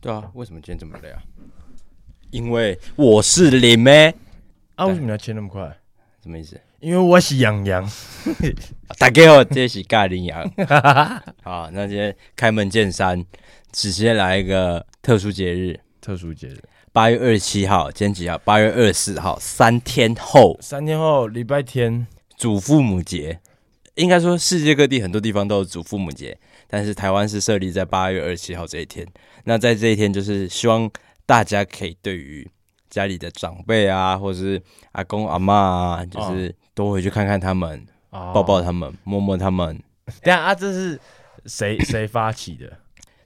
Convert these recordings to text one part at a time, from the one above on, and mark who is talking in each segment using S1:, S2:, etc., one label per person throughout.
S1: 对啊，为什么今天这么累啊？
S2: 因为我是林妹，
S3: 啊，为什么你要切那么快？
S1: 什么意思？
S3: 因为我是杨洋，
S2: 啊大家好，这是盖林阳。好，那今天开门见山，直接来一个特殊节日，
S3: 特殊节日，
S2: 八月二十七号，今天几号？八月二十四号，三天后，
S3: 三天后礼拜天，
S2: 祖父母节。应该说，世界各地很多地方都有祖父母节，但是台湾是设立在八月二十七号这一天。那在这一天，就是希望大家可以对于家里的长辈啊，或是阿公阿妈啊，就是多回去看看他们，
S3: 啊
S2: 抱。抱他们，摸摸他们。
S3: 等一下啊，这是 谁谁发起的？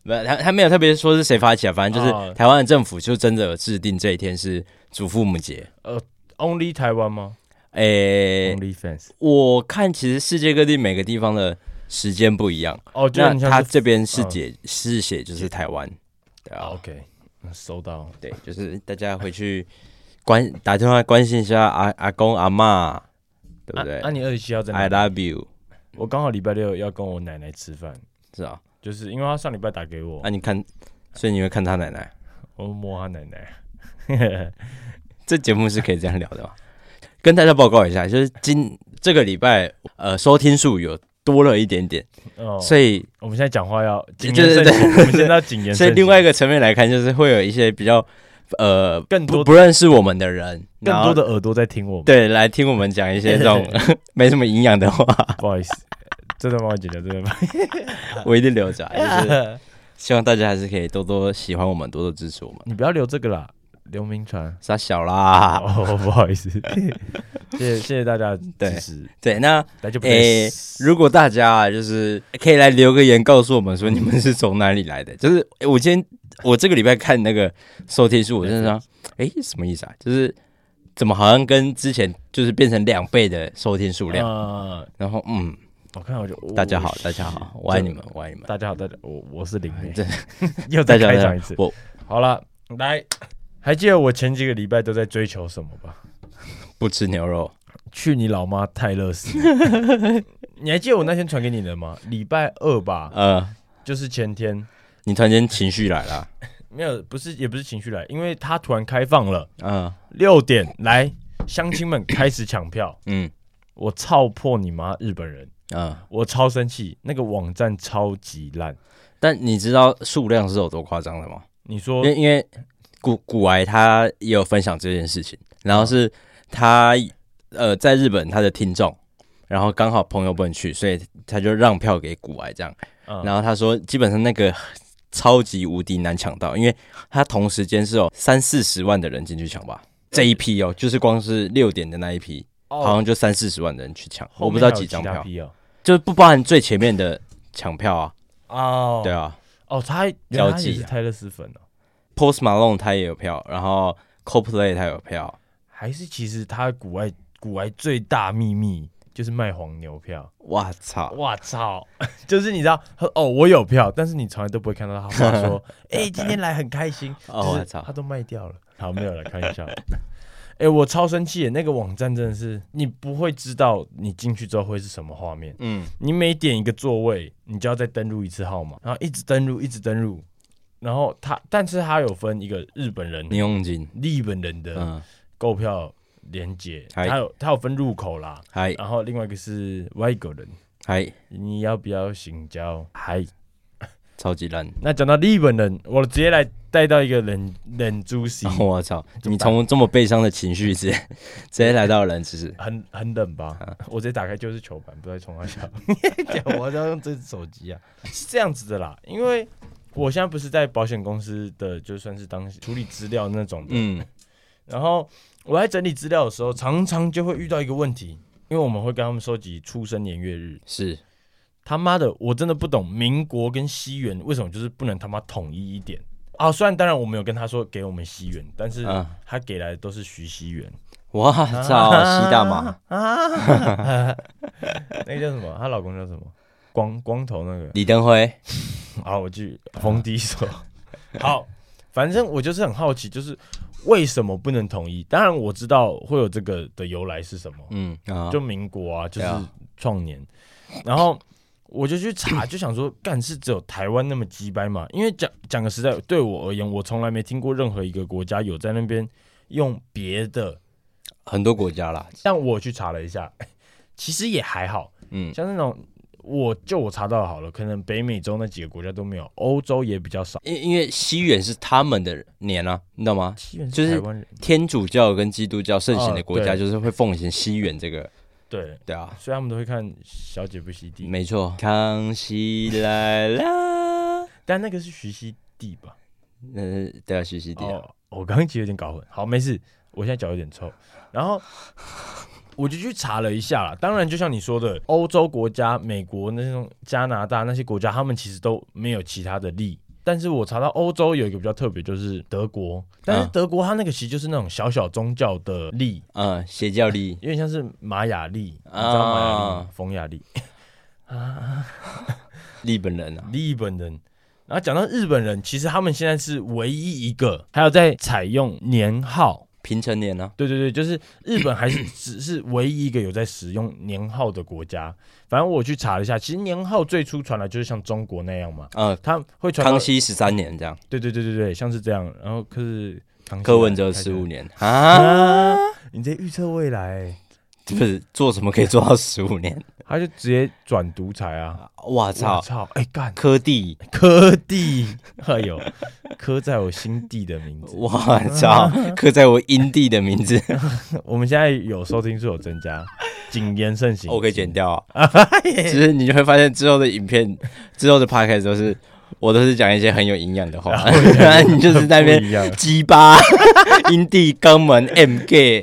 S2: 不，他他没有特别说是谁发起来，啊反正就是
S3: 哦
S2: 台湾的政府就真的有制定这一天是祖父母节。
S3: 呃，Only 台湾吗
S2: 诶、
S3: ？Only fans。
S2: 我看其实世界各地每个地方的时间不一样，
S3: 哦，就
S2: 那
S3: 很像
S2: 他
S3: 是
S2: 这边是
S3: 嗯
S2: 解、是写就是台湾，对啊，
S3: OK，嗯收到。
S2: 对，就是大家回去关打电话关心一下阿阿公阿妈，对不对、
S3: 啊，啊你二十七号在
S2: i
S3: 哪？
S2: love you，
S3: 我刚好礼拜六要跟我奶奶吃饭，
S2: 是啊，
S3: 就是因为她上礼拜打给我
S2: 那、，你看，所以你会看他奶奶。
S3: 我摸她奶 奶。
S2: 这节目是可以这样聊的嘛？ 跟大家报告一下，就是今这个礼拜，呃，收听数有多了一点点，
S3: 哦，
S2: 所以
S3: 我们现在讲话要谨言
S2: 对对
S3: 慎
S2: 对
S3: 行，我们现在要谨言
S2: 所
S3: 慎
S2: 以
S3: 行。
S2: 另外一个层面来看，就是会有一些比较呃
S3: 更多
S2: 不不认识我们的人，
S3: 更
S2: 然后
S3: 多的耳朵在听我们。
S2: 对来听我们讲一些这种 没什么营养的话，
S3: 不好意思，
S2: 啊
S3: 这段帮我剪掉，这段帮
S2: 我一定留着啊，
S3: 我
S2: 就是希望大家还是可以多多喜欢我们，多多支持我们。
S3: 你不要留这个啦，刘铭传。
S2: 傻小啦，
S3: 哦，不好意 思，谢谢谢谢大家
S2: 对
S3: 支持，
S2: 对，那
S3: 那就不
S2: 诶、如果大家啊就是可以来留个言，告诉我们说你们是从哪里来的。 就是、诶我今天我这个礼拜看那个收听数，我真的说，诶、什么意思啊？就是怎么好像跟之前就是变成两倍的收听数量？
S3: 呃，
S2: 然后嗯，
S3: 我看我就
S2: 大家
S3: 哦
S2: 好，大家好，我爱你们，，我爱你
S3: 我
S2: 们。
S3: 大家好，大家我我是林妹，
S2: 对，
S3: 又
S2: 大
S3: 再
S2: 家
S3: 开
S2: 好
S3: 场一次，。
S2: 我
S3: 好了，来，还记得我前几个礼拜都在追求什么吧？
S2: 不吃牛肉，
S3: 去你老妈泰 勒斯！你还记得我那天传给你的吗？礼拜二吧，
S2: 呃，
S3: 就是前天，
S2: 你突然间情绪来了，啊
S3: 没有，不是，也不是情绪来，因为它突然开放了，
S2: 嗯
S3: 六点来，乡亲们开始抢票，
S2: 嗯
S3: 我操破你妈日本人！
S2: 嗯，
S3: 我超生气，那个网站超级烂。
S2: 但你知道数量是有多夸张的吗？
S3: 你说
S2: 因为因为古古癌他也有分享这件事情，然后是他呃在日本他的听众，然后刚好朋友不能去，所以他就让票给古癌这样。
S3: 嗯
S2: 然后他说，基本上那个超级无敌难抢到，因为他同时间是有三四十万的人进去抢吧。这一批哦，就是光是六点的那一批，好
S3: 哦
S2: 像就三四十万人去抢，我不知道几张票，
S3: 票
S2: 就是不包含最前面的抢票啊。
S3: 哦，
S2: 对，啊
S3: 哦，他原来
S2: 交
S3: 他
S2: 际啊
S3: 也是泰勒斯粉哦，
S2: ，Post Malone 他也有票，然后 Coldplay 他有票，
S3: 还是其实他古外古外最大秘密就是卖黄牛票。
S2: 哇操！
S3: 我操， 就是你知道哦，我有票，但是你从来都不会看到他话 说，哎、今天来很开心，
S2: 哦
S3: 就是
S2: 我操
S3: 他都卖掉了。 好，没有了，开玩笑。哎、我超生气耶，那个网站真的是，你不会知道你进去之后会是什么画面。
S2: 嗯，
S3: 你每点一个座位，你就要再登录一次号码，然后一直登录，一直登录，然后它，但是它有分一个日本人、
S2: 零用金，
S3: 日本人的
S2: 嗯，
S3: 购票连接，
S2: 嗨
S3: 它有它有分入口啦，
S2: 还
S3: 然后另外一个是外国人，
S2: 还
S3: 你要不要性交？嗨，
S2: 超级烂，
S3: 那讲到日本人，我直接来带到一个冷冷猪席，
S2: 我操！你从这么悲伤的情绪直接 直接来到人，其实
S3: 很很冷吧？我直接打开就是球板，不再冲他笑。啊 我要用这只手机啊， 是这样子的啦，因为我现在不是在保险公司的，就算是当处理资料那种的。
S2: 嗯
S3: 然后我在整理资料的时候，常常就会遇到一个问题，因为我们会跟他们收集出生年月日。
S2: 是
S3: 他妈的，我真的不懂民国跟西元为什么就是不能他妈统一一点啊！虽然当然我们有跟他说给我们西元，但是
S2: 嗯
S3: 他给来的都是徐熙元。
S2: 哇操！吸大麻，
S3: 那个叫什么？她老公叫什么？光光头那个
S2: 李登辉，
S3: 啊，我去逢低说。好，反正我就是很好奇，就是为什么不能统一？当然我知道会有这个的由来是什么，
S2: 嗯啊，
S3: 就民国啊，就是
S2: 对啊
S3: 创年。然后我就去 查，就想说，干是只有台湾那么鸡掰嘛？因为讲讲个实在，对我而言，我从来没听过任何一个国家有在那边用别的。
S2: 很多国家啦，
S3: 但我去查了一下， 其实也还好，
S2: 嗯，
S3: 像那种。我就我查到的好了，可能北美洲那几个国家都没有，欧洲也比较少。
S2: 因因为西元是他们的年啊，你懂吗？
S3: 西元
S2: 就是
S3: 台湾人，
S2: 天主教跟基督教盛行的国
S3: 哦
S2: 家，
S3: 对
S2: 就是会奉行西元这个，
S3: 对，
S2: 对啊，
S3: 所以他们都会看《小姐不熙娣》，
S2: 没错。康熙来 了，
S3: 但那个是徐熙娣吧？
S2: 嗯，对啊，徐熙娣啊，
S3: 哦，我刚刚其实有点搞混。好，没事，我现在脚有点臭。然后我就去查了一下啦。当然，就像你说的，欧洲国家、美国那种、加拿大那些国家，他们其实都没有其他的例。但是我查到欧洲有一个比较特别，就是德国。但是
S2: 嗯
S3: 德国它那个其实就是那种小小宗教的例，
S2: 嗯，邪教力，
S3: 有点像是玛雅历，你知
S2: 啊
S3: 道玛雅历吗？冯雅历，
S2: 日本人啊，
S3: 日本人。然后讲到日本人，其实他们现在是唯一一个还有在采用年号
S2: 平成年啊，
S3: 对对对，就是日 本还是只是唯一一个有在使用年号的国家。反正我去查了一下，其实年号最初传来就是像中国那样嘛，
S2: 嗯，
S3: 他会传到
S2: 康，熙十三年这样，
S3: 对对对对对，像是这样。然后可是康熙
S2: 柯文哲
S3: 嗯开始
S2: 十五年啊，
S3: 啊，你在预测未来，
S2: 不是做什么可以做到十五年？
S3: 他就直接转独裁啊！
S2: 哇
S3: 我
S2: 操，
S3: 操，哎干，
S2: 科 蒂，
S3: 科蒂，哎呦，科在我心地的 名字。
S2: 哇 操，刻在我阴蒂的名字，
S3: 我们现在有收听数有增加，谨言慎行。
S2: 哦我可以剪掉 啊。
S3: 哎
S2: 其实你就会发现之后的影片、之后的 podcast 都是我都是讲一些很有营养 的话， 你就是在那
S3: 不
S2: 边
S3: 一样
S2: 鸡巴、 阴蒂、肛门、M gay，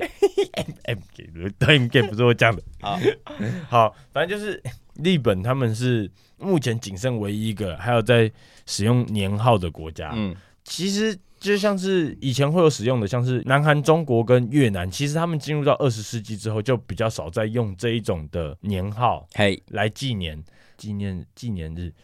S3: M g a 对 M g a 不是我讲的。
S2: 好，
S3: 好，反正就是日本，他们是目前仅剩唯一一个还有在使用年号的国家。
S2: 嗯，
S3: 其实就像是以前会有使用的，像是南韩、中国跟越南，其实他们进入到二十世纪之后，就比较少在用这一种的年号
S2: 嘿，
S3: 来纪年、纪念纪念日。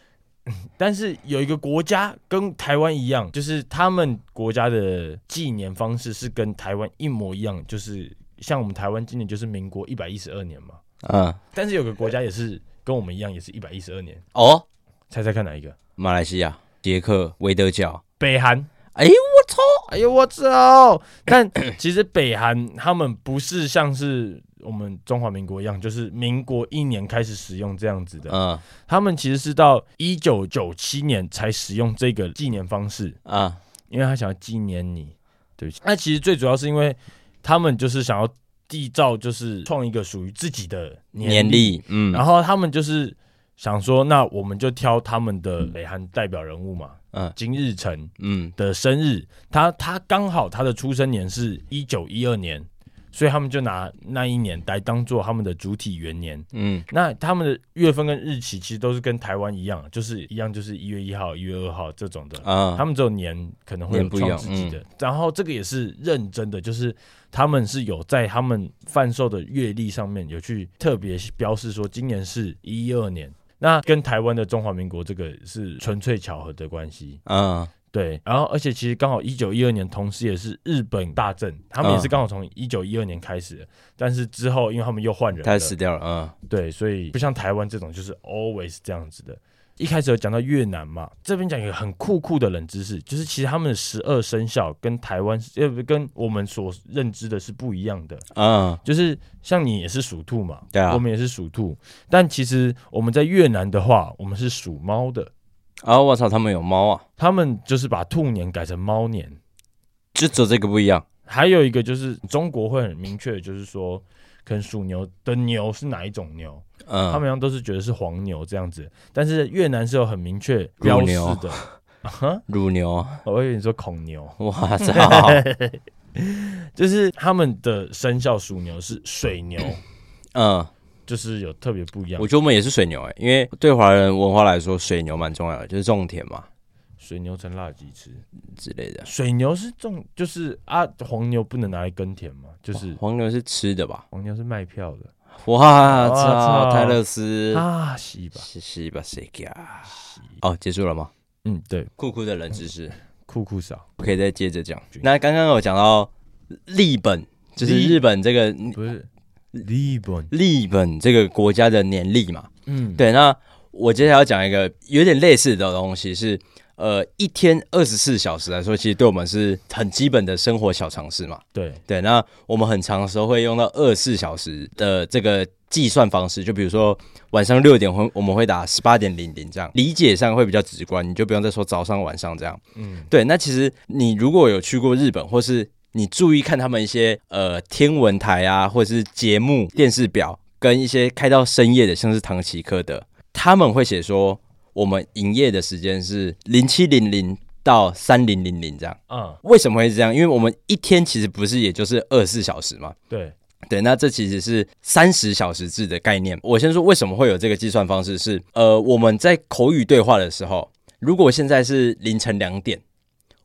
S3: 但是有一个国家跟台湾一样，就是他们国家的纪年方式是跟台湾一模一样，就是像我们台湾今年就是民国一百一十二年嘛。
S2: 嗯，
S3: 但是有个国家也是跟我们一样，也是一百一十二年，
S2: 哦，
S3: 猜猜看哪一个？
S2: 马来西亚、捷克、维德角，
S3: 北韩。
S2: 哎呦我操，
S3: 哎呦我操！但 其实北韩他们不是像是我们中华民国一样，就是民国一年开始使用这样子的，
S2: 嗯
S3: 他们其实是到一九九七年才使用这个纪念方式，
S2: 啊，
S3: 因为他想要纪念你。对不起，那其实最主要是因为他们就是想要缔造，就是创一个属于自己的
S2: 年
S3: 历
S2: 历，嗯
S3: 然后他们就是想说，那我们就挑他们的北韩代表人物嘛，
S2: 嗯
S3: 金日成
S2: 嗯，
S3: 的生日，他他刚好他的出生年是一九一二年，所以他们就拿那一年来当做他们的主体元年。
S2: 嗯，
S3: 那他们的月份跟日期其实都是跟台湾一样，就是一样，就是一月一号、一月二号这种的。
S2: 啊，
S3: 他们只有年可能会有
S2: 年不一
S3: 创
S2: 样嗯
S3: 自己的，然后这个也是认真的，就是他们是有在他们贩售的月历上面有去特别标示说今年是一二年，那跟台湾的中华民国这个是纯粹巧合的关系，
S2: 嗯，
S3: 对，然后而且其实刚好一九一二年，同时也是日本大震，他们也是
S2: 嗯
S3: 刚好从一九一二年开始的，但是之后因为他们又换人了，
S2: 他死掉了，啊
S3: 对，所以不像台湾这种就是 always 这样子的。一开始有讲到越南嘛，这边讲一个很酷酷的冷知识，就是其实他们的十二生肖跟台湾呃不跟我们所认知的是不一样的，
S2: 嗯嗯，
S3: 就是像你也是属兔嘛，
S2: 对啊
S3: 我们也是属兔，但其实我们在越南的话，我们是属猫的，
S2: 啊，我操，他们有猫啊，
S3: 他们就是把兔年改成猫年。
S2: 就走这个不一样，
S3: 还有一个就是中国会很明确，的就是说可能属牛的牛是哪一种牛，
S2: 嗯，
S3: 他们好像都是觉得是黄牛这样子，但是越南是有很明确标识的。 啊哈，
S2: 乳 牛，
S3: 我以为你说孔牛，
S2: 哇 操，
S3: 就是他们的生肖属牛是水 牛，
S2: 嗯，
S3: 就是有特别不一样
S2: 我。觉得我们也是水牛哎、因为对华人文化来说，水牛蛮重要的，就是种田嘛
S3: 水牛成辣鸡吃，
S2: 之类的。
S3: 水牛是种，就是啊，黄牛不能拿来耕田嘛，就是
S2: 黄牛是吃的吧？
S3: 黄牛是卖票的
S2: 哇
S3: 哇操
S2: 操，泰勒斯，
S3: 啊，西吧，
S2: 西西巴西嘎。
S3: 西，
S2: 哦，结束了吗？
S3: 嗯，对，
S2: 酷酷的冷知识，
S3: 酷酷少
S2: 我可以再接着讲。那刚刚有讲到日本，就是日本这个
S3: 不是日本，
S2: 日本这个国家的年历嘛？
S3: 嗯，
S2: 对，那我接下来要讲一个有点类似的东西是，呃，一天二十四小时来说，其实对我们是很基本的生活小常识嘛。
S3: 对，
S2: 对，那我们很长的时候会用到二十四小时的这个计算方式，就比如说晚上六点会我们会打十八点零零这样，理解上会比较直观，你就不用再说早上晚上这样。
S3: 嗯，
S2: 对，那其实你如果有去过日本，或是你注意看他们一些呃天文台啊，或者是节目、电视表，跟一些开到深夜的，像是唐吉诃德，他们会写说我们营业的时间是零七零零到三零零零这样。
S3: 啊，
S2: 为什么会这样？因为我们一天其实不是也就是二十四小时嘛。
S3: 对，
S2: 对，那这其实是三十小时制的概念。我先说为什么会有这个计算方式是，呃，我们在口语对话的时候，如果现在是凌晨两点，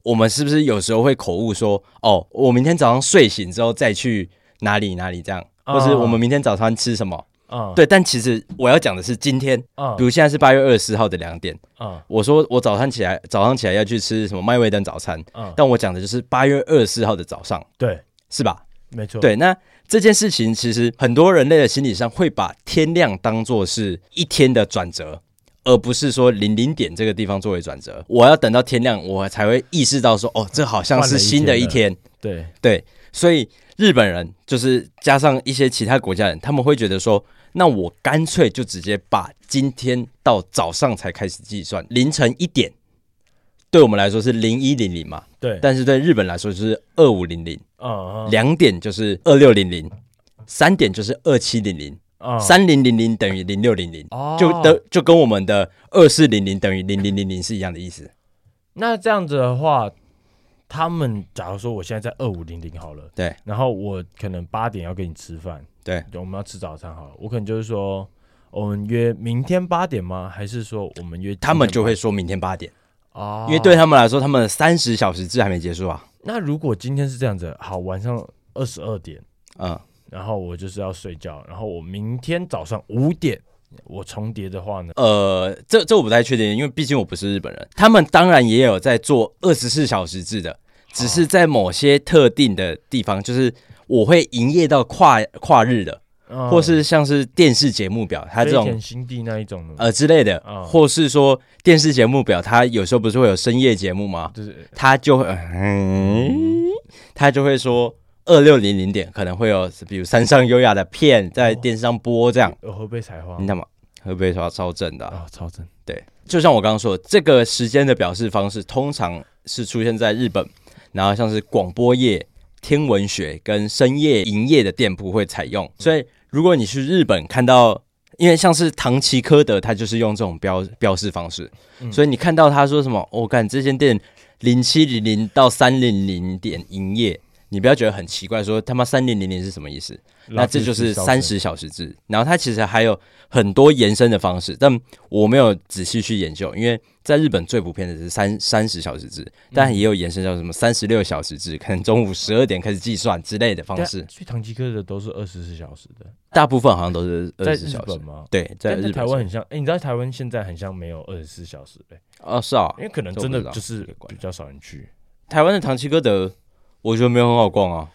S2: 我们是不是有时候会口误说，哦，我明天早上睡醒之后再去哪里哪里这样，或是
S3: 哦
S2: 我们明天早餐吃什么？
S3: 啊，，
S2: 对，但其实我要讲的是今天，
S3: 啊
S2: 比，如现在是八月二十四号的两点，
S3: 啊，
S2: 我说我早上起来早上起来要去吃什么麦味登早餐，
S3: 啊，
S2: 但我讲的就是八月二十四号的早上，
S3: 对，
S2: 是吧？
S3: 没错，，
S2: 对，那这件事情其实很多人类的心理上会把天亮当做是一天的转折，而不是说零零点这个地方作为转折。我要等到天亮，我才会意识到说，哦，这好像是新的一
S3: 换了
S2: 天。
S3: 对，
S2: 对，所以日本人就是加上一些其他国家人，他们会觉得说，哦那我干脆就直接把今天到早上才开始计算，凌晨一点，对我们来说是零一零零嘛，
S3: 对，
S2: 但是对日本来说就是二五零零。
S3: 啊，
S2: 两点就是二六零零，三点就是二七零零，
S3: 啊，
S2: 三零零零等于零六零零，
S3: 哦
S2: 就的就跟我们的二四零零等于零零零零是一样的意思。
S3: 那这样子的话，他们假如说我现在在二五零零好了，
S2: 对，
S3: 然后我可能八点要跟你吃饭，
S2: 对，
S3: 我们要吃早餐好了，我可能就是说，我们约明天八点吗？还是说我们约
S2: 他们就会说明天八点，
S3: 啊？
S2: 因为对他们来说，他们的三十小时制还没结束啊。
S3: 那如果今天是这样子，好，晚上二十二点，
S2: 嗯，
S3: 然后我就是要睡觉，然后我明天早上五点我重叠的话呢？
S2: 呃，这这我不太确定，因为毕竟我不是日本人。他们当然也有在做二十四小时制的，只
S3: 哦
S2: 是在某些特定的地方，就是我会营业到跨跨日的，
S3: 嗯
S2: 或是像是电视节目表，它这
S3: 飞
S2: 种
S3: 田新地那一种呢？
S2: 呃之类的，
S3: 嗯
S2: 或是说电视节目表，它有时候不是会有深夜节目吗？
S3: 就是
S2: 它就会，嗯，它就会说二六零零点可能会有，比如山上优雅的片
S3: 哦
S2: 在电视上播这样，
S3: 呃我喝杯彩花
S2: 你他妈会不会说超正的啊、
S3: 啊，超正
S2: 对，就像我刚刚说，这个时间的表示方式通常是出现在日本，然后像是广播业、天文学跟深夜营业的店铺会采用。所以，如果你去日本看到，因为像是唐吉诃德，它就是用这种标标示方式，所以你看到他说什么，我、哦、干这间店零七零零到三零零点营业。你不要觉得很奇怪，说他妈三零零零是什么意思？那这就是三十小时制。然后它其实还有很多延伸的方式，但我没有仔细去研究，因为在日本最普遍的是三三十小时制，
S3: 嗯
S2: 但也有延伸叫什么三十六小时制，可能中午十二点开始计算之类的方
S3: 对
S2: 式
S3: 啊。去唐吉诃德都是二十四小时的，
S2: 大部分好像都是
S3: 在
S2: 二十
S3: 日
S2: 小时
S3: 本。吗？
S2: 对，在
S3: 但
S2: 日
S3: 在
S2: 本
S3: 台湾很像，哎、你知道台湾现在很像没有二十四小时、欸，
S2: 哦，是啊
S3: 因，为可能
S2: 这我
S3: 真
S2: 不
S3: 的
S2: 知道
S3: 就是
S2: 别管
S3: 比较少人去，
S2: 台湾的唐吉诃德我觉得没有很好逛啊，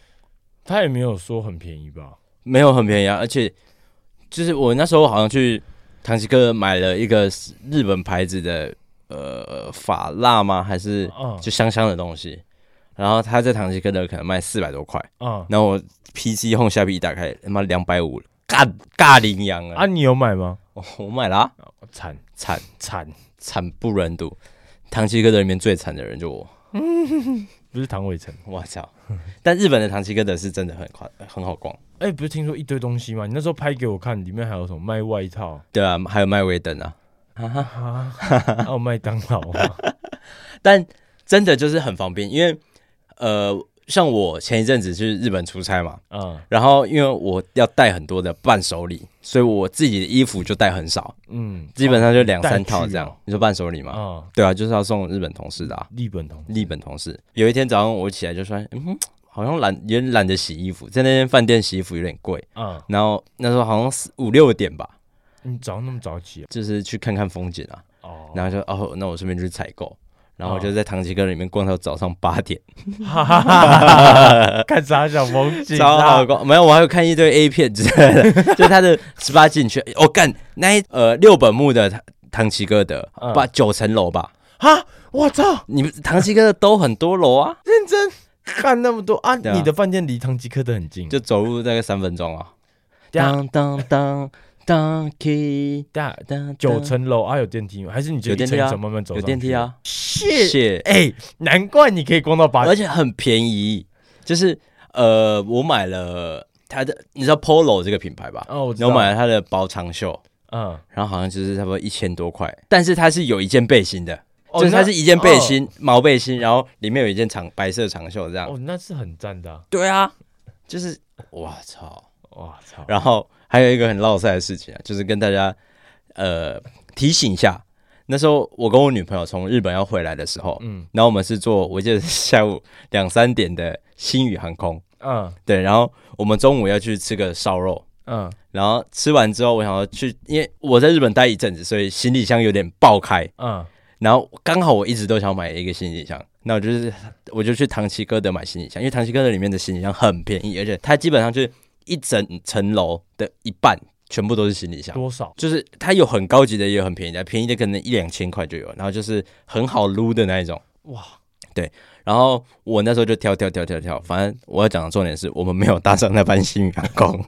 S3: 他也没有说很便宜吧？
S2: 没有很便宜啊，而且就是我那时候好像去唐吉诃德买了一个日本牌子的呃法蜡吗？还是
S3: 嗯
S2: 就香香的东西。然后他在唐吉诃德可能卖四百多块，
S3: 嗯，
S2: 然后我 PC 后下币一打开，他妈两百五，尬尬羚羊啊！
S3: 啊，你有买吗？
S2: 哦我买了、啊，
S3: 哦惨
S2: 惨
S3: 惨，
S2: 惨不忍睹。唐吉诃德里面最惨的人就我，
S3: 不是唐伟成，
S2: 我操！但日本的唐吉诃德是真的很快很好逛，
S3: 哎、不是听说一堆东西吗？你那时候拍给我看，里面还有什么卖外 套，
S2: 对啊，还有麦威登啊，
S3: 还有麦当劳啊，
S2: 但真的就是很方便，因为呃，像我前一阵子去日本出差嘛，
S3: 嗯
S2: 然后因为我要带很多的伴手礼，所以我自己的衣服就带很少，
S3: 嗯，
S2: 基本上就两
S3: 带
S2: 三套
S3: 去
S2: 这样。
S3: 哦
S2: 你说伴手礼吗？
S3: 啊，
S2: 对啊，就是要送日本同事的、啊。
S3: 日本同
S2: 日本同事有一天早上我起来就说，嗯哼，好像懒，有点懒得洗衣服，在那间饭店洗衣服有点贵。
S3: 啊，
S2: 然后那时候好像四五六点吧，
S3: 你早上那么早起啊
S2: 就是去看看风景啊。
S3: 哦，
S2: 然后就哦，那我顺便去采购。然后我就在唐吉诃德里面逛到早上八点，
S3: 哈哈哈，看啥小风景
S2: 超
S3: 啊
S2: 好？逛。没有，我还有看 哦一堆 A 片之类的，就他的十八禁圈。我、干那一呃六本木的唐吉诃德，
S3: 嗯
S2: 把九层楼吧，
S3: 啊！我操，
S2: 你们唐吉诃德都很多楼啊，
S3: 认真看那么多啊！
S2: 对啊
S3: 你的饭店离唐吉诃德很近，
S2: 就走路大概三分钟啊。
S3: 对啊
S2: 当当当当 key
S3: 大
S2: 当
S3: 九层楼啊，有电梯吗？还是你就
S2: 有
S3: 一
S2: 电
S3: 层
S2: 梯
S3: 一
S2: 啊
S3: 层慢慢走？
S2: 有电梯！啊，
S3: 谢，
S2: 谢，
S3: 哎，难怪你可以逛到八
S2: 而且很便宜，就是呃，我买了它的，你知道 Polo 这个品牌吧？
S3: 哦，我知
S2: 然后
S3: 道，
S2: 买了它啊的薄长袖，
S3: 嗯，
S2: 然后好像就是差不多一千多块，但是它是有一件背心的，
S3: 哦
S2: 就是它
S3: 那
S2: 是一件背心、毛背心，然后里面有一件长白色长袖这样。
S3: 哦，哦那是很赞的啊，
S2: 对啊，就是我操！
S3: 哇操！
S2: 然后还有一个很落塞的事情啊，就是跟大家呃提醒一下，那时候我跟我女朋友从日本要回来的时候，
S3: 嗯
S2: 然后我们是坐我记得是下午两三点的星宇航空，
S3: 嗯
S2: 对，然后我们中午要去吃个烧肉。
S3: 嗯
S2: 然后吃完之后，我想要去，因为我在日本待一阵子，所以行李箱有点爆开。
S3: 嗯
S2: 然后刚好我一直都想买一个行李箱，那我就是我就去唐吉诃德买行李箱，因为唐吉诃德里面的行李箱很便宜，而且它基本上就是一整层楼的一半全部都是行李箱。
S3: 多少？
S2: 就是它有很高级的，也有很便宜的，便宜的可能一两千块就有，然后就是很好撸的那一种。
S3: 哇！
S2: 对，然后我那时候就挑挑挑挑挑，反正我要讲的重点是我们没有搭上那班新宇航空，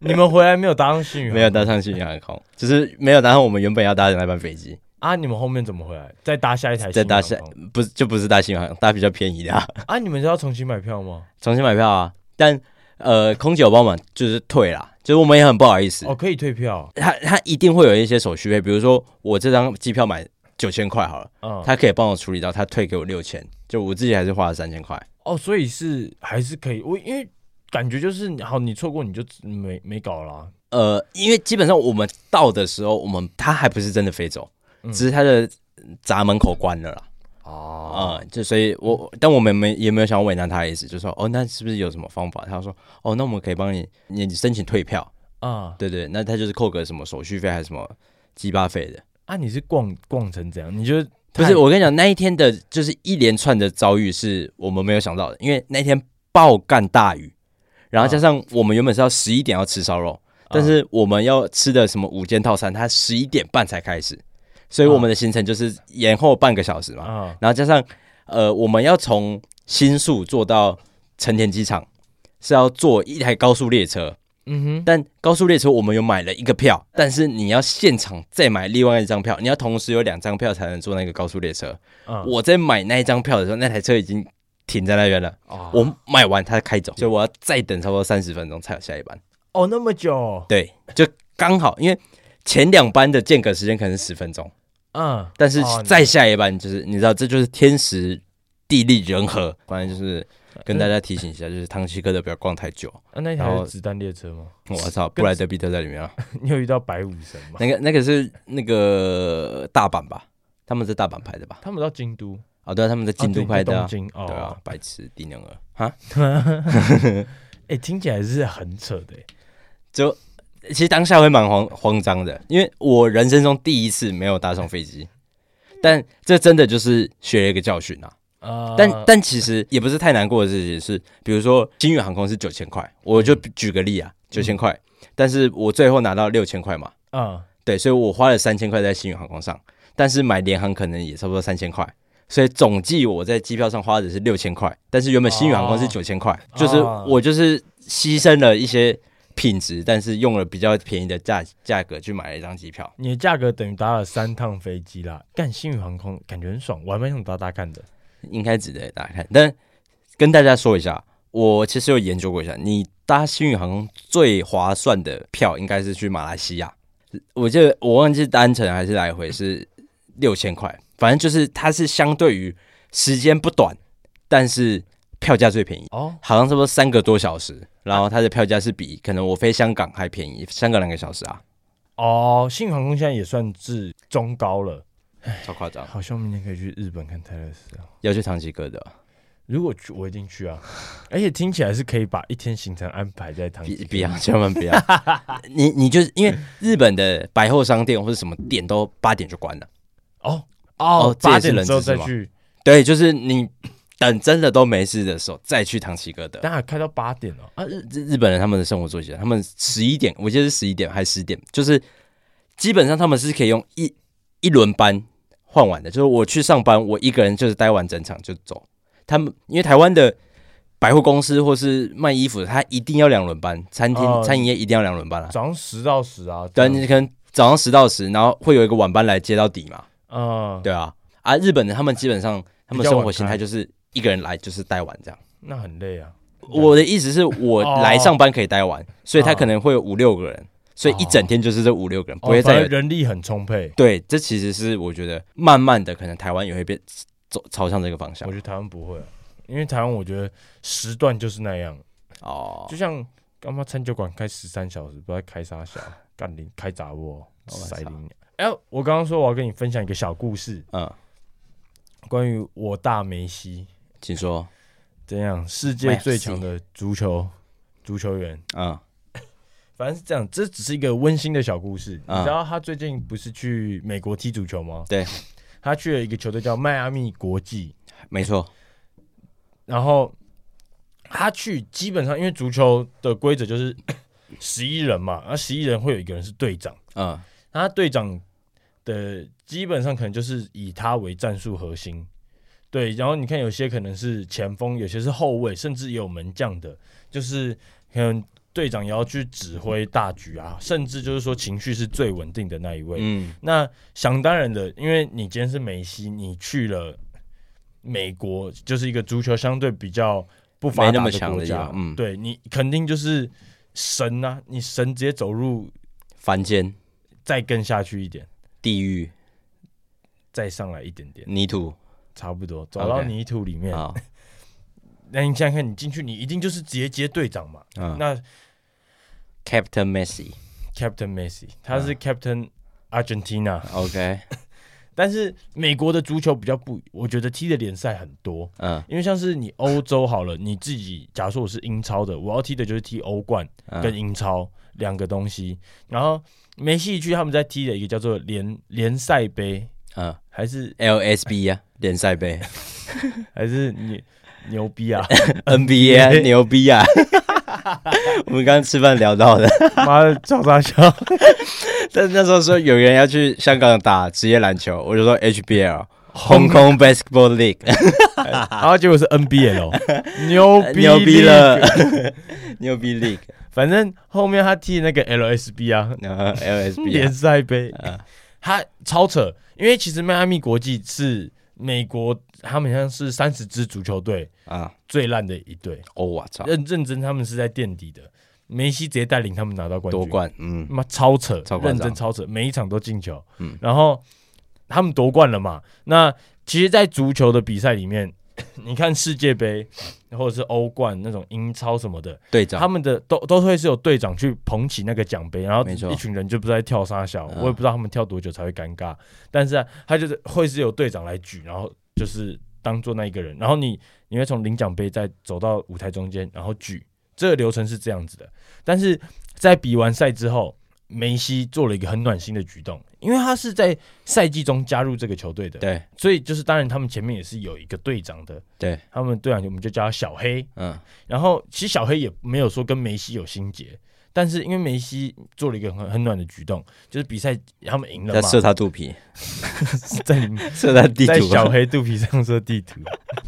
S3: 你们回来没有搭上新宇航？
S2: 没有搭上新宇航空，就是没有搭上我们原本要搭的那班飞机，
S3: 啊！你们后面怎么回来？再搭下一台？
S2: 再搭下不是就不是搭新宇航空，搭比较便宜的、啊，
S3: 啊！你们是要重新买票吗？
S2: 重新买票啊。但呃，空姐有帮忙就是退啦，就是我们也很不好意思，
S3: 哦，可以退票。
S2: 他他一定会有一些手续费，比如说我这张机票买九千块好了。
S3: 嗯，
S2: 他可以帮我处理到，他退给我六千，就我自己还是花了三千块。
S3: 哦，所以是还是可以。我因为感觉就是，好，你错过你就没没搞啊啦。
S2: 呃，因为基本上我们到的时候，我们他还不是真的飞走，
S3: 嗯
S2: 只是他的闸门口关了啦。
S3: 哦，嗯
S2: 啊、就所以我，但我们没也没有想要为难他的意思，就说哦，那是不是有什么方法？他说哦，那我们可以帮你，你申请退票，
S3: 啊
S2: 对对，那他就是扣个什么手续费还是什么鸡巴费的。
S3: 啊！你是逛逛成怎样？你就
S2: 不
S3: 太
S2: 是，我跟你讲，那一天的就是一连串的遭遇是我们没有想到的，因为那天爆干大雨，然后加上我们原本是要十一点要吃烧肉，但是我们要吃的什么午间套餐，它十一点半才开始，所以我们的行程就是延后半个小时嘛。
S3: 啊
S2: 然后加上呃，我们要从新宿坐到成田机场，是要坐一台高速列车，
S3: 嗯哼
S2: 但高速列车我们有买了一个票，但是你要现场再买另外一张票，你要同时有两张票才能坐那个高速列车。
S3: 啊
S2: 我在买那一张票的时候，那台车已经停在那边了。
S3: 啊
S2: 我买完它开走，所以我要再等差不多三十分钟才有下一班。
S3: 哦那么久
S2: 对，就刚好，因为前两班的间隔时间可能是十分钟，
S3: 嗯，
S2: 但是
S3: 哦
S2: 再下一班就是你知道，这就是天时地利人和。反正就是跟大家提醒一下，就是唐吉诃德不要逛太久。
S3: 啊那一
S2: 然
S3: 台
S2: 后
S3: 是子弹列车吗？
S2: 我操，布莱德比特在里面啊，
S3: 你有遇到白武神吗？
S2: 那个那个是那个大阪吧？他们在大阪拍的吧？
S3: 他们到京都，
S2: 哦，对啊、他们在京都
S3: 啊对
S2: 拍的、啊
S3: 东。京
S2: 对
S3: 哦
S2: 啊。，白痴低能儿哈。
S3: 哎，听起来是很扯的欸。
S2: 就其实当下会蛮慌慌张的，因为我人生中第一次没有搭上飞机，但这真的就是学了一个教训啊。
S3: 啊
S2: 但但其实也不是太难过的事情是，比如说星宇航空是九千块，我就举个例
S3: 嗯
S2: 啊，九千块，但是我最后拿到六千块嘛，
S3: 啊
S2: 对，所以我花了三千块在星宇航空上，但是买联航可能也差不多三千块。所以总计我在机票上花的是六千块，但是原本星宇航空是
S3: 哦
S2: 九千块，就是我就是牺牲了一些品质，但是用了比较便宜的价价格去买了一张机票。
S3: 你的价格等于搭了三趟飞机啦，干星宇航空感觉很爽，我还蛮想搭搭看的。
S2: 应该值得大家看。但跟大家说一下，我其实有研究过一下，你搭星宇航空最划算的票应该是去马来西亚，我记得我忘记单程还是来回是六千块，反正就是它是相对于时间不短，但是票价最便宜。
S3: 哦，
S2: 好像差不多三个多小时，然后它的票价是比可能我飞香港还便宜，香港两个小时啊，
S3: 哦，新宇航空现在也算是中高了，
S2: 超夸张。
S3: 好像明天可以去日本看泰勒斯啊。
S2: 要去唐吉诃德，
S3: 如果去，我一定去啊！ 而且听起来是可以把一天行程安排在唐
S2: 比
S3: 吉诃
S2: 比啊，千万不要。 你你就是因为日本的百货商店或者什么店都八点就关了，
S3: 哦
S2: 哦
S3: 哦，
S2: 这
S3: 八
S2: 也是
S3: 点
S2: 冷
S3: 之后
S2: 知识
S3: 再
S2: 吗
S3: 去，
S2: 对，就是你等真的都没事的时候再去唐吉诃德。
S3: 但还开到八点哦。
S2: 啊啊，日日日本人他们的生活作息啊，他们十一点，我记得是十一点还是十点，就是基本上他们是可以用一一轮班换完的，就是我去上班，我一个人就是待完整场就走。他们因为台湾的百货公司或是卖衣服的，他一定要两轮班，餐厅、
S3: 哦
S2: 餐饮业一定要两轮班啊。
S3: 早上十到十啊，
S2: 对啊，
S3: 这样
S2: 你可能早上十到十，然后会有一个晚班来接到底嘛。
S3: 嗯，
S2: 对啊，啊，日本人他们基本上他们
S3: 比较晚
S2: 生活形
S3: 开
S2: 态就是一个人来就是待完这样。
S3: 那很累啊。
S2: 我的意思是我
S3: 哦
S2: 来上班可以待完，所以他
S3: 哦
S2: 可能会有五六个人，所以一整天就是这五六个人，不会
S3: 哦
S2: 再
S3: 反
S2: 有
S3: 正人力很充沛，
S2: 对，这其实是我觉得慢慢的，可能台湾也会变走朝向这个方
S3: 我
S2: 向
S3: 觉得台湾不会啊，因为台湾我觉得时段就是那样，
S2: 哦
S3: 就。像干嘛餐酒馆开十三小时，不知道 开啥小，干零开杂窝，塞零。哎，我刚刚说我要跟你分享一个小故事，
S2: 嗯，
S3: 关于我大梅西
S2: 请说。
S3: 怎样世界最强的足球足球员。
S2: 嗯
S3: 反正是这样，这只是一个温馨的小故事。
S2: 啊
S3: 你知道他最近不是去美国踢足球吗？
S2: 对，
S3: 他去了一个球队叫迈阿密国际，
S2: 没错。
S3: 然后他去基本上因为足球的规则就是 十一人嘛，那十一人会有一个人是队长，
S2: 嗯
S3: 那他队长的基本上可能就是以他为战术核心。对，然后你看有些可能是前锋，有些是后卫，甚至也有门将的，就是可能队长也要去指挥大局啊，甚至就是说情绪是最稳定的那一位。
S2: 嗯，
S3: 那想当然的，因为你今天是梅西，你去了美国，就是一个足球相对比较不发
S2: 没那
S3: 达
S2: 么
S3: 的
S2: 强
S3: 国
S2: 的地
S3: 家
S2: 方，嗯
S3: 对你肯定就是神啊，你神直接走入
S2: 凡间、
S3: 再更下去一点，
S2: 地狱、
S3: 再上来一点点，
S2: 泥土
S3: 差不多走到
S2: 嗯 OK
S3: 泥土里面。
S2: 啊，
S3: 那你想想看，你进去，你一定就是直接接队长嘛。
S2: 嗯
S3: 那
S2: ，Captain Messi。
S3: Captain Messi 他
S2: 嗯
S3: 是 Captain Argentina，、
S2: OK，
S3: 但是美国的足球比较不，我觉得踢的联赛很多，
S2: 嗯
S3: 因为像是你欧洲好了，你自己假如说我是英超的，我要踢的就是踢欧冠跟
S2: 嗯
S3: 英超两个东西。然后梅西去他们在踢的一个叫做联联赛杯，
S2: 嗯
S3: 还是
S2: ，LSB 呀，啊联赛杯
S3: 还是你牛逼啊！
S2: ，NBA 啊牛逼啊！ 我们刚刚吃饭聊到的，
S3: 妈的，赵大笑。
S2: 但是那时候说有人要去香港打职业篮球，我就说 HBL，Hong Kong Basketball League。
S3: 然后结果是 NBL，牛逼
S2: 呃牛逼了， 牛逼 League，
S3: 反正后面他踢那个 LSB 啊，
S2: 然后 LSB，
S3: 联
S2: 啊
S3: 赛杯
S2: 嗯，
S3: 他超扯，因为其实迈阿密国际是美国，他们好像是三十支足球队
S2: 啊，
S3: 最烂的一队，
S2: 哦，我操，
S3: 认认真他们是在垫底的。梅西直接带领他们拿到冠军，
S2: 夺冠，嗯，
S3: 妈超扯，
S2: 超夸张
S3: 认真超扯，每一场都进球。
S2: 嗯
S3: 然后他们夺冠了嘛？那其实，在足球的比赛里面， 你看世界杯或者是欧冠那种英超什么的，
S2: 队
S3: 他
S2: 长，
S3: 们的都都会是有队长去捧起那个奖杯，然后
S2: 没错
S3: 一群人就不知道在跳啥小，
S2: 嗯
S3: 我也不知道他们跳多久才会尴尬。但是、啊、他就是会是有队长来举，然后就是当做那一个人，然后你你会从领奖杯再走到舞台中间，然后举。这个流程是这样子的，但是在比完赛之后，梅西做了一个很暖心的举动，因为他是在赛季中加入这个球队的，
S2: 对
S3: 所以就是当然他们前面也是有一个队长的，
S2: 对，
S3: 他们队长我们就叫他小黑，
S2: 嗯，
S3: 然后其实小黑也没有说跟梅西有心结，但是因为梅西做了一个很很暖的举动，就是比赛他们赢了
S2: 在
S3: 嘛，
S2: 射他肚皮，
S3: 在
S2: 射他地
S3: 在
S2: 主
S3: 小
S2: 啊，
S3: 黑肚皮上说地图，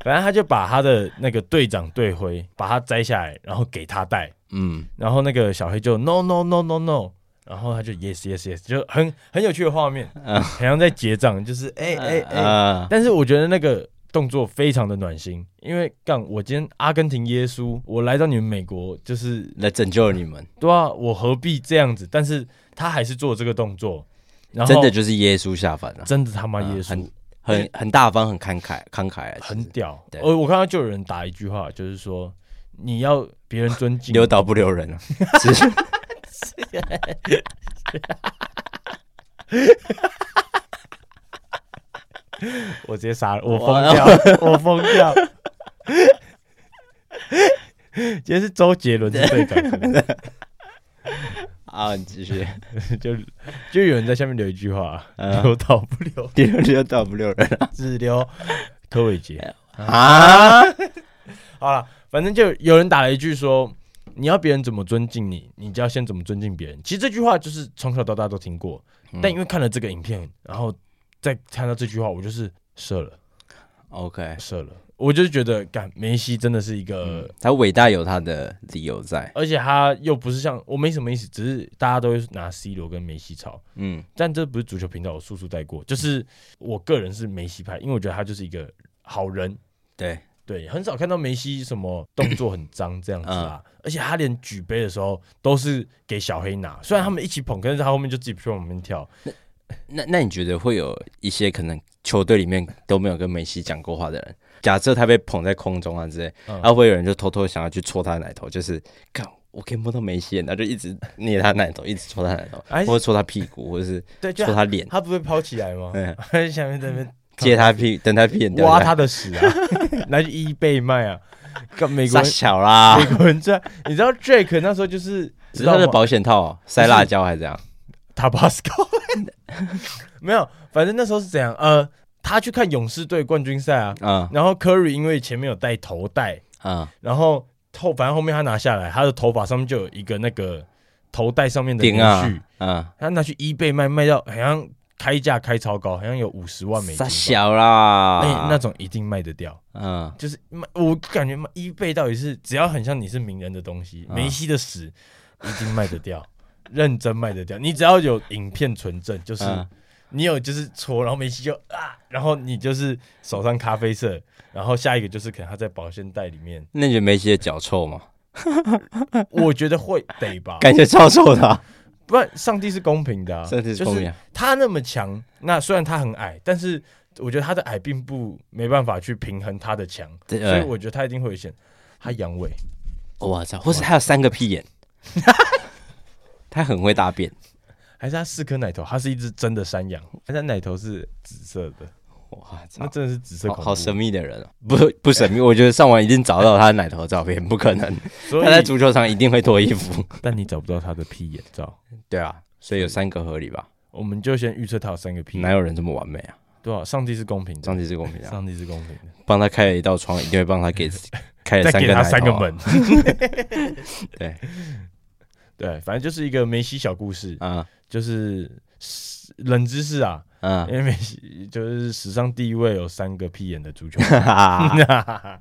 S3: 反正他就把他的那个队长队徽把它摘下来，然后给他戴，
S2: 嗯，
S3: 然后那个小黑就 no no no no no，然后他就 yes yes yes，就很很有趣的画面，
S2: 嗯
S3: 好像在结账，就是哎哎哎，
S2: 啊，
S3: 但是我觉得那个动作非常的暖心，因为干我今天阿根廷耶稣，我来到你们美国就是
S2: 来拯救你们，
S3: 对啊，我何必这样子？但是他还是做这个动作，然后
S2: 真的就是耶稣下凡了，
S3: 真的他妈耶
S2: 嗯
S3: 稣、
S2: 很很很大方，很慷慨，慷慨啊，
S3: 很
S2: 很
S3: 屌。
S2: 对
S3: 我我看到就有人打一句话，就是说你要别人尊敬，
S2: 留岛不留人啊，只是
S3: 我直接杀了，我疯掉， 我疯掉。今天是周杰伦是队长是 不是，
S2: 啊，你继 续，
S3: 就就有人在下面留一句话：
S2: 嗯
S3: 留到不留，
S2: 留留岛不留人啊
S3: 只留柯伟杰。
S2: 啊，
S3: 好了，反正就有人打了一句说，你要别人怎么尊敬你，你就要先怎么尊敬别人。其实这句话就是从小到大都听过，但因为看了这个影片，然后再看到这句话，我就是射了，
S2: OK，
S3: 射了。我就是觉得，干梅西真的是一个，
S2: 他伟大有他的理由在。
S3: 而且他又不是像我没什么意思，只是大家都会拿 C 罗跟梅西吵，
S2: 嗯，
S3: 但这不是足球频道，我速速带过。就是我个人是梅西派，因为我觉得他就是一个好人，
S2: 对，
S3: 对，很少看到梅西什么动作很脏这样子啊，
S2: 嗯
S3: 而且他连举杯的时候都是给小黑拿，虽然他们一起捧，可是他后面就自己去往旁边跳。
S2: 那那你觉得会有一些可能球队里面都没有跟梅西讲过话的人，假设他被捧在空中啊之类，
S3: 嗯
S2: 然后会有人就偷偷想要去戳他的奶头，就是看我可以摸到梅西，然后就一直捏他奶头，一直戳他奶头，
S3: 哎
S2: 或者戳他屁股，或者是
S3: 对，就
S2: 戳哎他脸，
S3: 他不会抛起来吗？
S2: 嗯
S3: 在下面在那边
S2: 接他屁，等他屁眼掉下
S3: 挖
S2: 来，
S3: 他的屎啊， 拿去一倍卖啊。干美国
S2: 傻
S3: 人，
S2: 小啦，
S3: 美国人赚，你知道 Drake 那时候就是
S2: 只是他的
S3: 吗
S2: 保险套塞辣椒还是这样，
S3: Tabasco，没有，反正那时候是怎样？呃，他去看勇士队冠军赛啊，
S2: 嗯
S3: 然后 Curry 因为前面有戴头带，
S2: 嗯，
S3: 然后后反正后面他拿下来，他的头发上面就有一个那个头带上面的
S2: 顶
S3: 连
S2: 啊
S3: 续，，
S2: 嗯，
S3: 他拿去 eBay 卖，卖到好像开价开超高，好像有五十万美金
S2: 傻
S3: 吧。
S2: 小啊
S3: 那
S2: 啦，
S3: 哎那种一定卖得掉，
S2: 嗯，
S3: 就是卖我感觉卖 eBay 到底是只要很像你是名人的东西，
S2: 啊
S3: 梅西的屎一定卖得掉， 认真卖得掉。你只要有影片存证，就是
S2: 嗯
S3: 你有就是搓，然后梅西就啊，然后你就是手上咖啡色，然后下一个就是可能他在保鲜袋里面，
S2: 那你觉得梅西的脚臭吗？
S3: 我觉得会得 吧，
S2: 感觉超臭的啊、
S3: 不然上帝是公平 的、啊，
S2: 真的是公平
S3: 就是
S2: 啊。
S3: 他那么强，那虽然他很矮，但是我觉得他的矮并不没办法去平衡他的强，
S2: 对
S3: 所以我觉得他一定会有险。他阳痿，
S2: 我操，或是他有三个屁 眼，他很会大便。
S3: 还是他四颗奶头？他是一只真的山羊，但他奶头是紫色的，
S2: 哇操，
S3: 那真的是紫色
S2: 好
S3: 恐怖。
S2: 好神秘的人、哦，不不神秘，我觉得上网一定找到他的奶头的照片，不可能，
S3: 所
S2: 他在
S3: 以，
S2: 足球场一定会脱衣服。
S3: 但你找不到他的屁眼罩，
S2: 对啊，所以有三个合理吧？
S3: 我们就先预测他有三个屁眼，
S2: 哪有人这么完美啊？
S3: 对啊，上帝是公平的，
S2: 上帝是公平的啊，
S3: 上帝是公平的，
S2: 帮他开了一道窗，一定会帮他给开了
S3: 再
S2: 三
S3: 给
S2: 个奶头、
S3: 他三个，门。
S2: 对
S3: 对，反正就是一个梅西小故事，
S2: 啊
S3: 就是冷知识啊，
S2: 啊
S3: 因为梅西就是史上第一位有三个屁眼的足球员。
S2: 哈哈哈。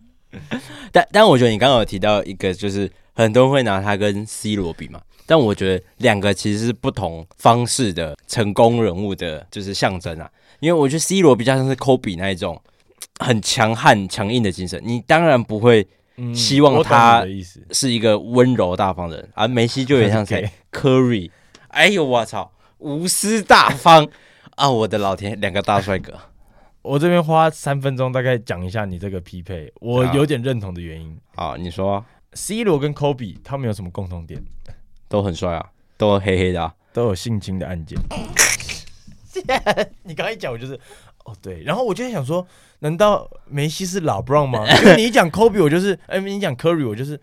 S2: 但但我觉得你刚刚有提到一个，就是很多人会拿他跟 C 罗比嘛，但我觉得两个其实是不同方式的成功人物的，就是象征啊。因为我觉得 C 罗比较像是科比那一种很强悍、强硬的精神，你当然不会
S3: 嗯
S2: 希望
S3: 我懂
S2: 他
S3: 你的意思，
S2: 是一个温柔大方的人，而、梅西就有点 像
S3: Okay
S2: 谁，Curry，哎呦我操，无私大方 啊！我的老天，两个大帅哥，
S3: 我这边花三分钟大概讲一下你这个匹配，我有点认同的原因。
S2: 好，你 说啊、
S3: C 罗跟 Kobe 他们有什么共同点？
S2: 都很帅啊，都黑黑的、啊，
S3: 都有性侵的案件。 你刚一讲，我就是哦对，然后我就在想说，难道梅西是老 Brown 吗？因为你一讲 Kobe，我就是，哎，你一讲 Curry，我就是，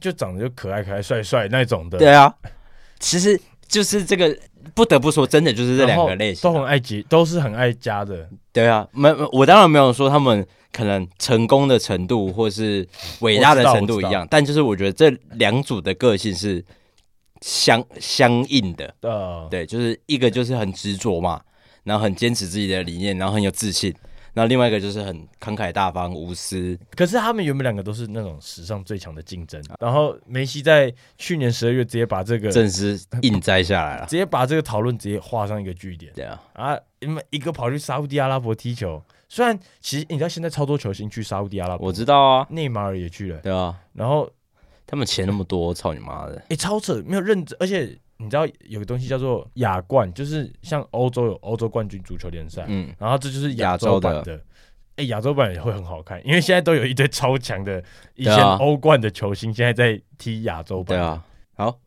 S3: 就长得就可爱可爱、帅帅那种的。
S2: 对啊，其实就是这个，不得不说，真的就是这
S3: 然
S2: 两
S3: 后
S2: 个类型。啊
S3: 都很爱结，都是很爱家的。
S2: 对啊，没没我当然没有说他们可能成功的程度或是伟大的程度一
S3: 我知道
S2: 样，但就是我觉得这两组的个性是相相应的。
S3: 呃，
S2: 对，就是一个就是很执着嘛，然后很坚持自己的理念，然后很有自信。然后另外一个就是很慷慨大方、无私，
S3: 可是他们原本两个都是那种史上最强的竞争，然后梅西在去年十二月直接把这个直
S2: 正是硬摘下来了。
S3: 接把这个讨论直接画上一个句点
S2: 对啊，
S3: 啊！因为一个跑去沙烏地阿拉伯踢球，虽然其实你知道现在超多球星去沙烏地阿拉伯，
S2: 我知道啊，
S3: 内马尔也去了，
S2: 对啊，
S3: 然后
S2: 他们钱那么多，操你妈的！
S3: 诶、超扯，没有认真，而且你知道有个东西叫做亚冠，就是像欧洲有欧洲冠军足球联赛，
S2: 嗯，
S3: 然后这就是亚洲版
S2: 亚
S3: 的。哎，亚洲版也会很好看，因为现在都有一堆超强的以前
S2: 对啊
S3: 欧冠的球星，现在在踢亚洲
S2: 对
S3: 版。
S2: 啊，好，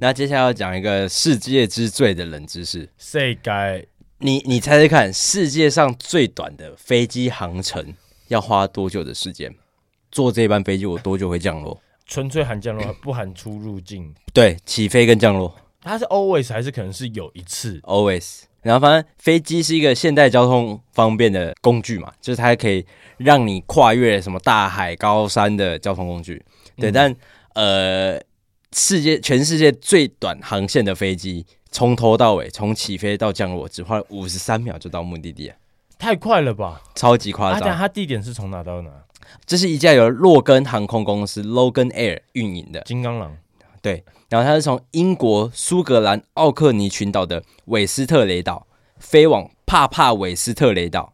S2: 那接下来要讲一个世界之最的冷知识，
S3: 谁该
S2: 你你猜猜看，世界上最短的飞机航程要花多久的时间？坐这班飞机我多久会降落？
S3: 纯粹含降落，不含出入境？
S2: 对，起飞跟降落
S3: 他是 always 还是可能是有一次？
S2: ，always。然后反正飞机是一个现代交通方便的工具嘛，就是它可以让你跨越什么大海、高山的交通工具。对，但呃，世界全世界最短航线的飞机，从头到尾，从起飞到降落，只花了五十三秒就到目的地了，
S3: 太快了吧？
S2: 超级夸
S3: 啊，
S2: 张
S3: 但。它地点是从哪到哪？
S2: 这是一架由洛根航空公司 Logan Air 运营的，
S3: 金刚狼
S2: 对，然后它是从英国苏格兰奥克尼群岛的韦斯特雷岛飞往帕帕韦斯特雷岛。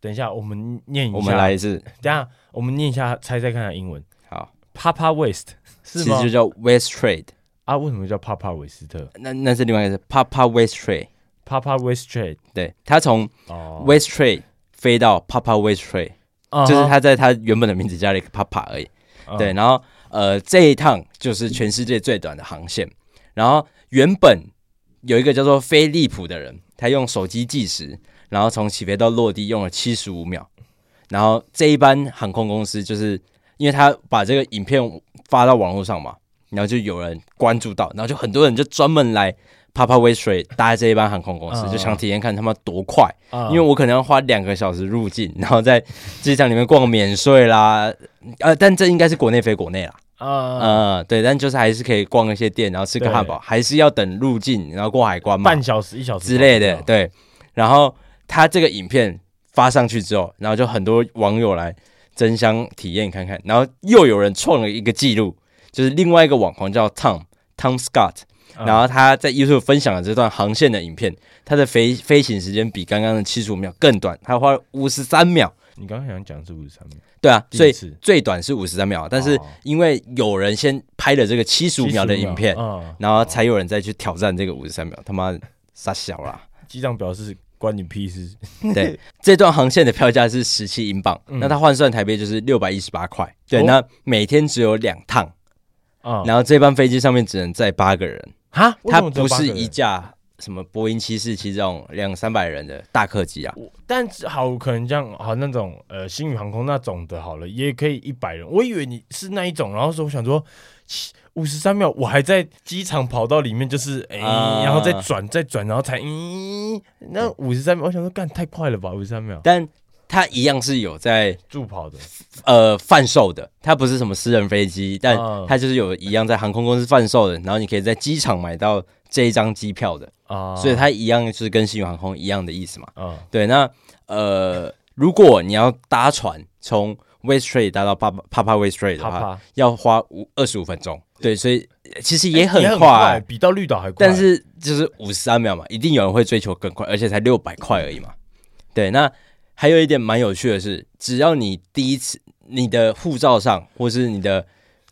S3: 等一下，我们念一下。
S2: 我们来，一次，
S3: 等一下我们念一下，猜猜看它的英文。
S2: 好，
S3: Papa West
S2: 其
S3: 是
S2: 实
S3: 吗
S2: 就？叫 West Trade，
S3: 啊，为什么叫 Papa 韦斯特
S2: 那那是另外一个是 Papa West Trade，
S3: ？Papa West Trade
S2: 对，它从
S3: 哦
S2: West Trade 飞到 Papa West Trade，、
S3: 啊哈
S2: 就是它在它原本的名字加了一个 Papa 而已。
S3: 嗯
S2: 对，然后呃这一趟就是全世界最短的航线，然后原本有一个叫做飞利浦的人，他用手机计时，然后从起飞到落地用了七十五秒，然后这一班航空公司就是因为他把这个影片发到网络上嘛，然后就有人关注到，然后就很多人就专门来 Papa w a y s r a y 搭这一班航空公司，
S3: 嗯
S2: 就想体验看他们多快。
S3: 啊
S2: 因为我可能要花两个小时入境，然后在机场里面逛免税啦，呃，但这应该是国内飞国内啦，
S3: 啊，
S2: 呃，对，但就是还是可以逛一些店，然后吃个
S3: 对
S2: 汉堡，还是要等入境，然后过海关嘛
S3: 半小时一小时
S2: 之类的
S3: 跑，不掉
S2: 对。然后他这个影片发上去之后，然后就很多网友来争相体验看看，然后又有人创了一个记录，就是另外一个网红叫 Tom Tom Scott，
S3: 嗯
S2: 然后他在 YouTube 分享了这段航线的影片，他的飞飞行时间比刚刚的七十五秒更短，他花了五十三秒。
S3: 你刚刚想讲是五十三秒，
S2: 对啊，
S3: 第
S2: 所
S3: 一
S2: 以
S3: 次
S2: 最短是五十三秒，但是
S3: 哦
S2: 因为有人先拍了这个七十五秒的影片，
S3: 啊，
S2: 然后才有人再去挑战这个五十三秒，他妈傻小 啦！
S3: 机长表示关你 屁事。
S2: 对，这段航线的票价是十七英镑，
S3: 嗯
S2: 那它换算台币就是六百一十八块。对，
S3: 哦
S2: 那每天只有两趟，
S3: 啊，
S2: 然后这班飞机上面只能载八个人，
S3: 哈，
S2: 它
S3: 为什么只有
S2: 不
S3: 八个
S2: 是
S3: 人
S2: 一架什么波音七四七这种两三百人的大客机啊，
S3: 我但是好，可能这样好那种呃，星宇航空那种的，好了，也可以一百人。我以为你是那一种，然后说我想说，五十三秒，我还在机场跑道里面，就是哎、
S2: 啊
S3: 然后再转再转，然后才咦、那五十三秒，我想说干太快了吧，五十三秒
S2: 但它一样是有在
S3: 助跑的
S2: 呃贩售的，它不是什么私人飞机，但
S3: 嗯
S2: 它就是有一样在航空公司贩售的，然后你可以在机场买到这一张机票的，
S3: 啊，
S2: 所以它一样是跟新宇航空一样的意思嘛。
S3: 啊
S2: 对，那呃，如果你要搭船从 West Trade 搭到帕帕帕帕 West Trade 的话，
S3: 啪
S2: 要花五二十五分钟。对，所以呃其实
S3: 啪
S2: 也很
S3: 哎也
S2: 快，
S3: 很比到绿岛还快。
S2: 但是就是五十三秒嘛，一定有人会追求更快，而且才六百块而已嘛。对，那还有一点蛮有趣的是，只要你第一次你的护照上或是你的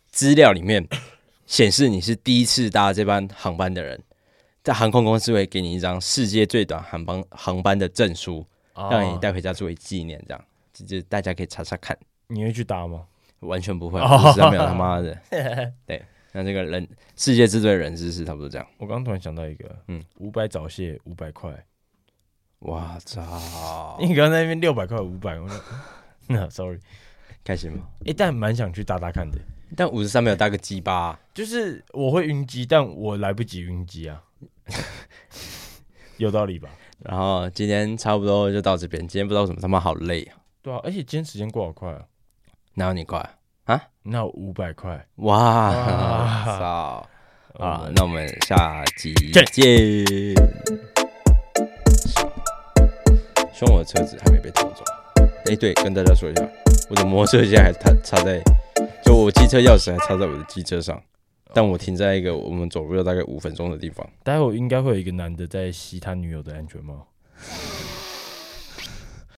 S2: 资料里面显示你是第一次搭这班航班的人，在航空公司会给你一张世界最短航班航班的证书，
S3: 啊
S2: 让你带回家作为纪念，这样这就大家可以查查看。
S3: 你会去搭吗？
S2: 完全不会，
S3: 哦
S2: 五十三秒他妈 的，对，那这个人世界之最的人知识差不多这样。
S3: 我刚刚突然想到一个，嗯
S2: 嗯，
S3: 五百早泄五百块，
S2: 哇操！
S3: 你刚刚在那边六百块五百，我说 那 sorry，
S2: 开心吗？
S3: 哎、但蛮想去搭搭看的。
S2: 但五十三秒搭个鸡巴、啊
S3: 就是我会晕机，但我来不及晕机啊， 有道理吧？
S2: 然后今天差不多就到这边。今天不知道为什么他妈好累啊，
S3: 对啊，而且今天时间过好快啊，
S2: 哪有你快？
S3: 那五百块
S2: 哇
S3: 哇
S2: 操！啊
S3: 啊，，
S2: 那我们下集
S3: 见
S2: 见。凶我的车子还没被偷走。哎、对，跟大家说一下，我的摩托车现在还插插在，就我机车钥匙还插在我的机车上，但我停在一个我们走路要大概五分钟的地方。
S3: 待会应该会有一个男的在吸他女友的安全帽，